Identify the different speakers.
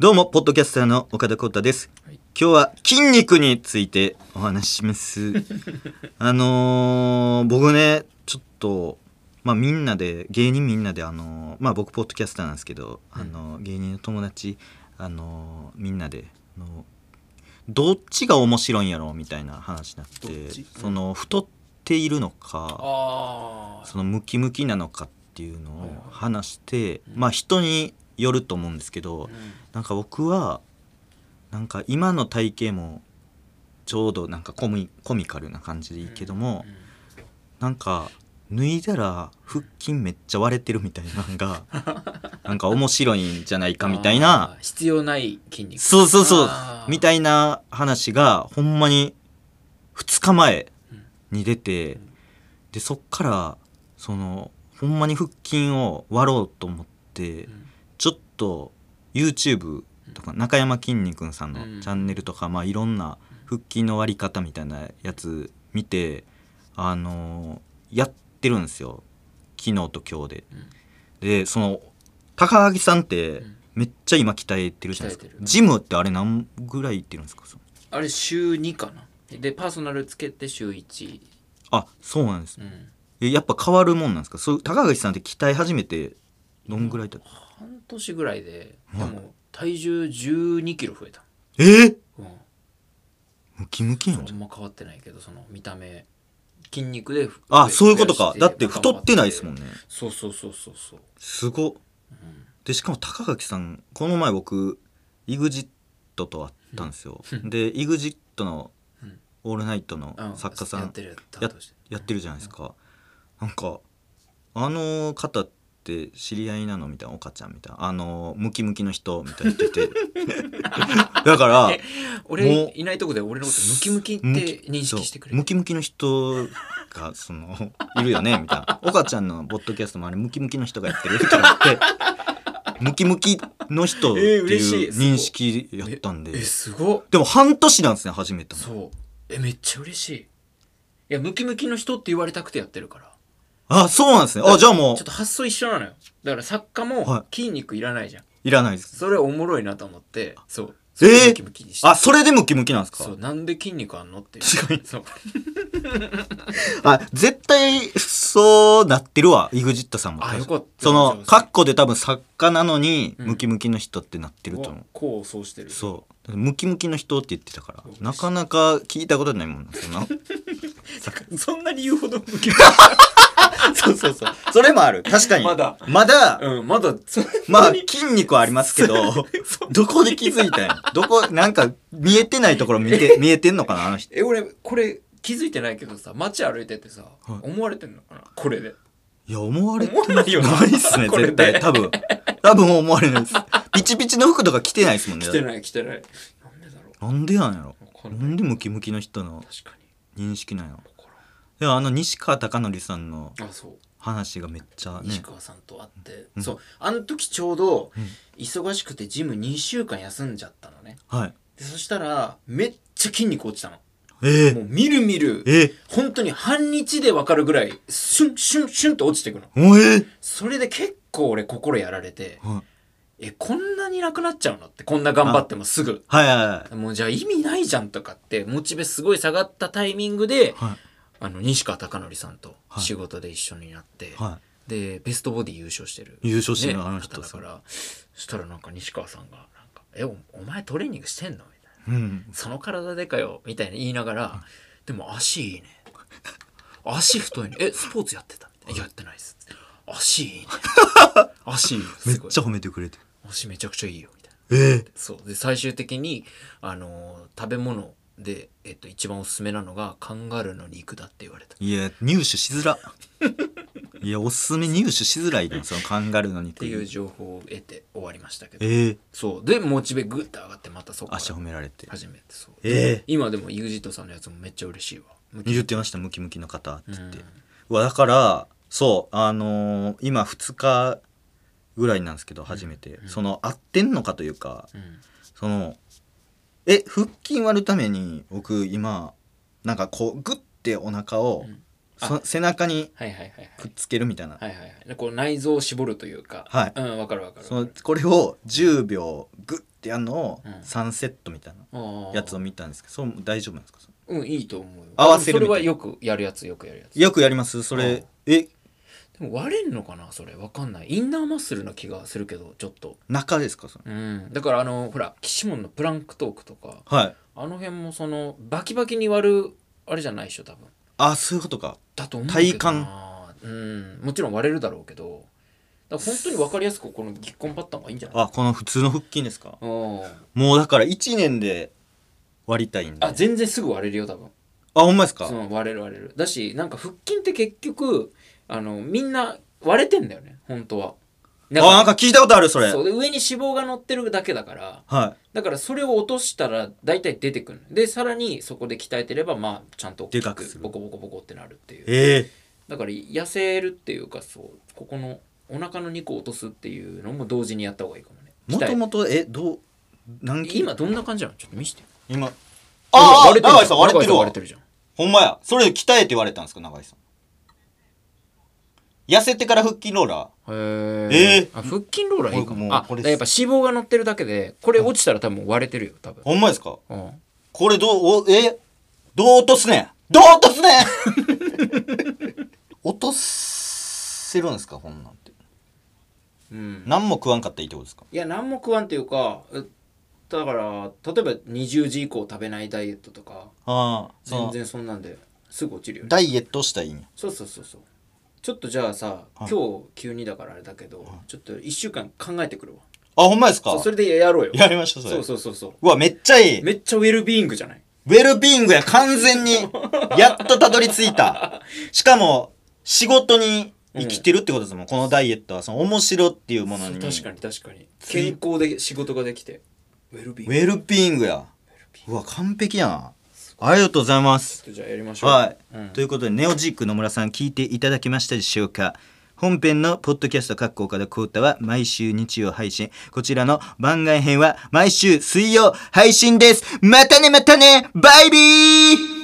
Speaker 1: どうも、ポッドキャスターの岡田浩太です。
Speaker 2: はい
Speaker 1: 今日は筋肉についてお話しし ます。あのー僕ね、ちょっと、まあみんなで、芸人みんなで、あのーまあ僕、ポッドキャスターなんですけど、あのー芸人の友達、あのーみんなで、あのどっちが面白いんやろみたいな話になって、
Speaker 2: どっち
Speaker 1: その、太っているのか、
Speaker 2: あ
Speaker 1: そのムキムキなのかっていうの
Speaker 2: はいはい
Speaker 1: を話して、
Speaker 2: うん
Speaker 1: まあ人によると思うんですけど、なんか僕はなんか今の体型もちょうどなんかコミコミカルな感じでいいけども、なんか脱いだら腹筋めっちゃ割れてるみたいなのがなんか面白いんじゃないかみたいな
Speaker 2: 必要ない筋肉
Speaker 1: そうそうそう
Speaker 2: あー
Speaker 1: みたいな話がほんまに2日前に出て、
Speaker 2: うん
Speaker 1: でそっからそのほんまに腹筋を割ろうと思って、
Speaker 2: うん
Speaker 1: ちょっと YouTube とか中山きんに君さん
Speaker 2: うん
Speaker 1: のチャンネルとか、まあ、いろんな腹筋の割り方みたいなやつ見て、あのーやってるんですよ昨日と今日で。でその高木さんって
Speaker 2: うん
Speaker 1: めっちゃ今鍛えてるじゃないです
Speaker 2: 鍛え
Speaker 1: か
Speaker 2: てる
Speaker 1: ジムってあれ何ぐらい行ってるんですかその
Speaker 2: あれ週2かなでパーソナルつけて週1、
Speaker 1: あそうなんですね
Speaker 2: うん、
Speaker 1: えやっぱ変わるもんなんですかそう高岸さんって鍛え始めてどんぐらいだった
Speaker 2: 半年ぐらいで
Speaker 1: うん
Speaker 2: でも体重1 2キロ増えた、
Speaker 1: えー、
Speaker 2: うん、
Speaker 1: ムキムキやん
Speaker 2: あんま変わってないけどその見た目筋肉で
Speaker 1: あそういうことかだって太ってないですもん
Speaker 2: ね
Speaker 1: ね
Speaker 2: そうそうそうそうそう、
Speaker 1: すごっ
Speaker 2: うん
Speaker 1: でしかも高垣さんこの前僕 EXIT と会ったんですよ
Speaker 2: うん
Speaker 1: で EXIT の
Speaker 2: うん
Speaker 1: 「オールナイト」の
Speaker 2: あ
Speaker 1: 作家さ
Speaker 2: やっ
Speaker 1: ん
Speaker 2: てるやつ
Speaker 1: やってるじゃないですかなんかあの方って知り合いなのみたいな岡ちゃんみたいなあのムキムキの人みたいな言って てだから
Speaker 2: え俺いないとこで俺のことムキムキって認識してくれ
Speaker 1: そうムキムキの人がそのいるよねみたいな岡ちゃんのポッドキャストもあれムキムキの人がやってるって言ってムキムキの人って
Speaker 2: えー嬉し
Speaker 1: い
Speaker 2: いうすごい
Speaker 1: 認識やったんで、
Speaker 2: えすごっ
Speaker 1: でも半年なんですね始めたの
Speaker 2: そうえめっちゃ嬉しいいやムキムキの人って言われたくてやってるから
Speaker 1: あそうなんですねあじゃあもう
Speaker 2: ちょっと発想一緒なのよだから作家も
Speaker 1: は
Speaker 2: 筋肉いらないじゃん、
Speaker 1: いらないです
Speaker 2: それおもろいなと思ってそう
Speaker 1: えー
Speaker 2: それムキムキにして
Speaker 1: あそれでムキムキなんですか
Speaker 2: そうなんで筋肉あんのっていう
Speaker 1: 確かに
Speaker 2: そう
Speaker 1: あ絶対そうなってるわ EXIT さんも
Speaker 2: あよかった
Speaker 1: そ
Speaker 2: 上
Speaker 1: の
Speaker 2: 手
Speaker 1: カッコで多分作家なのに
Speaker 2: うん
Speaker 1: ムキムキの人ってなってると思う、
Speaker 2: こうそうしてる
Speaker 1: そうムキムキの人って言ってたから
Speaker 2: そう
Speaker 1: なかなか聞いたことないもんなそんな
Speaker 2: そんなに言うほどムキムキ
Speaker 1: そうそうそうそれもある確かに
Speaker 2: まだ
Speaker 1: まだ
Speaker 2: うんまだそん
Speaker 1: ま
Speaker 2: な
Speaker 1: あ
Speaker 2: に
Speaker 1: 筋肉はありますけどどこで気づいたんやどこなんか見えてないところ見て見えてんのかなあの人
Speaker 2: え俺これ気づいてないけどさ街歩いててさ、
Speaker 1: い
Speaker 2: 思われてんのかなこれで
Speaker 1: いや思われて
Speaker 2: 思わないよな
Speaker 1: ないっすね
Speaker 2: これ
Speaker 1: 絶対多分多分思われないですピチピチの服とか着てないですもんね
Speaker 2: 来てない来てないなんでだろ
Speaker 1: なんでなんやろ
Speaker 2: うわか
Speaker 1: なん
Speaker 2: ない
Speaker 1: んでムキムキの人の
Speaker 2: 確かに
Speaker 1: 認識なんやろ
Speaker 2: わか
Speaker 1: でもあの西川貴教さんの
Speaker 2: らんあそう
Speaker 1: 話がめっちゃね
Speaker 2: 西川さんと会って、
Speaker 1: うん
Speaker 2: そうあの時ちょうど
Speaker 1: うん
Speaker 2: 忙しくてジム2週間休んじゃったのね
Speaker 1: はい
Speaker 2: でそしたらめっちゃ筋肉落ちたの
Speaker 1: え
Speaker 2: も
Speaker 1: ー
Speaker 2: うみるみる
Speaker 1: え
Speaker 2: 本当に半日でわかるぐらいシュンシュンシュンと落ちてくの
Speaker 1: もうえー
Speaker 2: それで結構俺心やられて
Speaker 1: はい
Speaker 2: えこんなになくなっちゃうのってこんな頑張ってもすぐ
Speaker 1: はいはいはい
Speaker 2: もうじゃあ意味ないじゃんとかってモチベすごい下がったタイミングで
Speaker 1: は
Speaker 2: あの西川貴教さんと
Speaker 1: はい
Speaker 2: 仕事で一緒になって、
Speaker 1: いは
Speaker 2: でベストボディ優勝してる
Speaker 1: い優勝してる
Speaker 2: ね
Speaker 1: あの人
Speaker 2: 方だからそしたらなんか西川さんがなんか「えおお前トレーニングしてんの?」みたいな
Speaker 1: う、ん
Speaker 2: 「その体でかよ」みたいな言いながら「でも足いいね」「足太いね」「えスポーツやってた?」みたいな「やってないです」足いいね」「足いいよ
Speaker 1: めっ
Speaker 2: すごい
Speaker 1: ちゃ褒めてくれて
Speaker 2: 足めちゃくちゃいいよ」みたいな。
Speaker 1: え
Speaker 2: そうで最終的に、あのー食べ物で、えっと、一番おすすめなのがカンガルーの肉だって言われた
Speaker 1: えいや入手しづら いやおすすめ入手しづらいなそのカンガルーの
Speaker 2: って
Speaker 1: 肉
Speaker 2: いう情報を得て終わりましたけど
Speaker 1: ええ
Speaker 2: そうでモチベグッと上がってまたそこから
Speaker 1: 足褒められて
Speaker 2: 初めてそう
Speaker 1: ええ
Speaker 2: 今でも EXIT さんのやつもめっちゃ嬉しいわ向き
Speaker 1: 言ってましたムキムキの方って言って
Speaker 2: うん
Speaker 1: うわだからそうあのー今2日ぐらいなんですけど初めて、
Speaker 2: うん
Speaker 1: その合ってんのかというか
Speaker 2: うん
Speaker 1: そのえ腹筋割るために僕今なんかこうグッてお腹を、
Speaker 2: うん
Speaker 1: そ背中に
Speaker 2: はいはいはい
Speaker 1: くっつけるみたいな、
Speaker 2: はいはいはいはいでこう内臓を絞るというか
Speaker 1: はい
Speaker 2: うんわかるわかる
Speaker 1: そのこれを10秒グッてやるのを
Speaker 2: うん
Speaker 1: 3セットみたいな
Speaker 2: ああ
Speaker 1: やつを見たんですけどそれも大丈夫なんですか
Speaker 2: うんいいと思うよ
Speaker 1: 合わせるみたい
Speaker 2: それはよくやるやつよくやるやつ
Speaker 1: よくやりますそれえ
Speaker 2: でも割れんのかなそれわかんないインナーマッスルな気がするけどちょっと
Speaker 1: 中ですかそれ
Speaker 2: うんだからあのほら岸本のプランクトークとか
Speaker 1: はい
Speaker 2: あの辺もそのバキバキに割るあれじゃないでしょ多分
Speaker 1: あそういうことか
Speaker 2: だと思うけどな
Speaker 1: 体感
Speaker 2: うんもちろん割れるだろうけどだから本当に分かりやすくこのぎっこんパッターンがいいんじゃない
Speaker 1: あこの普通の腹筋ですか
Speaker 2: うん
Speaker 1: もうだから1年で割りたいんで
Speaker 2: あ全然すぐ割れるよ多分
Speaker 1: あほんまですか
Speaker 2: その割れる割れるだしなんか腹筋って結局あのみんな割れてんだよね本当は
Speaker 1: あなんか聞いたことあるそれ
Speaker 2: そうで上に脂肪が乗ってるだけだから
Speaker 1: は
Speaker 2: だからそれを落としたら大体出てくるでさらにそこで鍛えてればまあちゃんと大
Speaker 1: でかくする
Speaker 2: ボコボコボコってなるってい
Speaker 1: いうええ
Speaker 2: だから痩せるっていうかそうここのお腹の肉を落とすっていうのも同時にやった方がいいかもね
Speaker 1: もと
Speaker 2: 鍛え
Speaker 1: もとえどう何キロ
Speaker 2: 今どんな感じなのちょっと見せて
Speaker 1: 今ああ
Speaker 2: 割れてる
Speaker 1: 長井さん割れてる
Speaker 2: 割
Speaker 1: わ
Speaker 2: れてるじゃん
Speaker 1: ほんまやそれ鍛えて言われたんですか長井さん痩せてから腹筋ローラ
Speaker 2: へ
Speaker 1: え
Speaker 2: え腹筋ローラーいいか
Speaker 1: もう
Speaker 2: も
Speaker 1: もう
Speaker 2: あ
Speaker 1: これ
Speaker 2: だからやっぱ脂肪が乗ってるだけでこれ落ちたら多分割れてるよ多分
Speaker 1: ーほんまですか
Speaker 2: うん
Speaker 1: これどうおえどう落とすねんどう落とす ねん落とせるんですかこんなんて
Speaker 2: うん
Speaker 1: 何も食わんかったらいいってことですか
Speaker 2: いや何も食わんというかうだから例えば20時以降食べないダイエットとか
Speaker 1: ああ
Speaker 2: 全然そんなんですぐ落ちるよね
Speaker 1: ダイエットしたらいいんや
Speaker 2: そうそうそうそうちょっとじゃあさ今日急にだからあれだけどちょっと1週間考えてくるわ
Speaker 1: あほんまですか
Speaker 2: そうそれでやろうよ
Speaker 1: やりましたそれ
Speaker 2: そうそうそうそう
Speaker 1: うわめっちゃいいう
Speaker 2: めっちゃウェルビーイングじゃない
Speaker 1: ウェルビーイングや完全にやっとたどり着い たしかも仕事に生きてるってことですもん、このダイエットはその面白っていうものに
Speaker 2: 確かに確かに健康で仕事ができてウェルビーイン
Speaker 1: ウ
Speaker 2: グ
Speaker 1: ェルビーイングやうわ完璧やなありがとうございます
Speaker 2: ちょっとじゃあやりましょう
Speaker 1: はい、
Speaker 2: うん
Speaker 1: ということでネオジーク野村さん聞いていただけましたでしょうか本編のポッドキャスト各校からコータは毎週日曜配信こちらの番外編は毎週水曜配信ですまたねまたねバイビー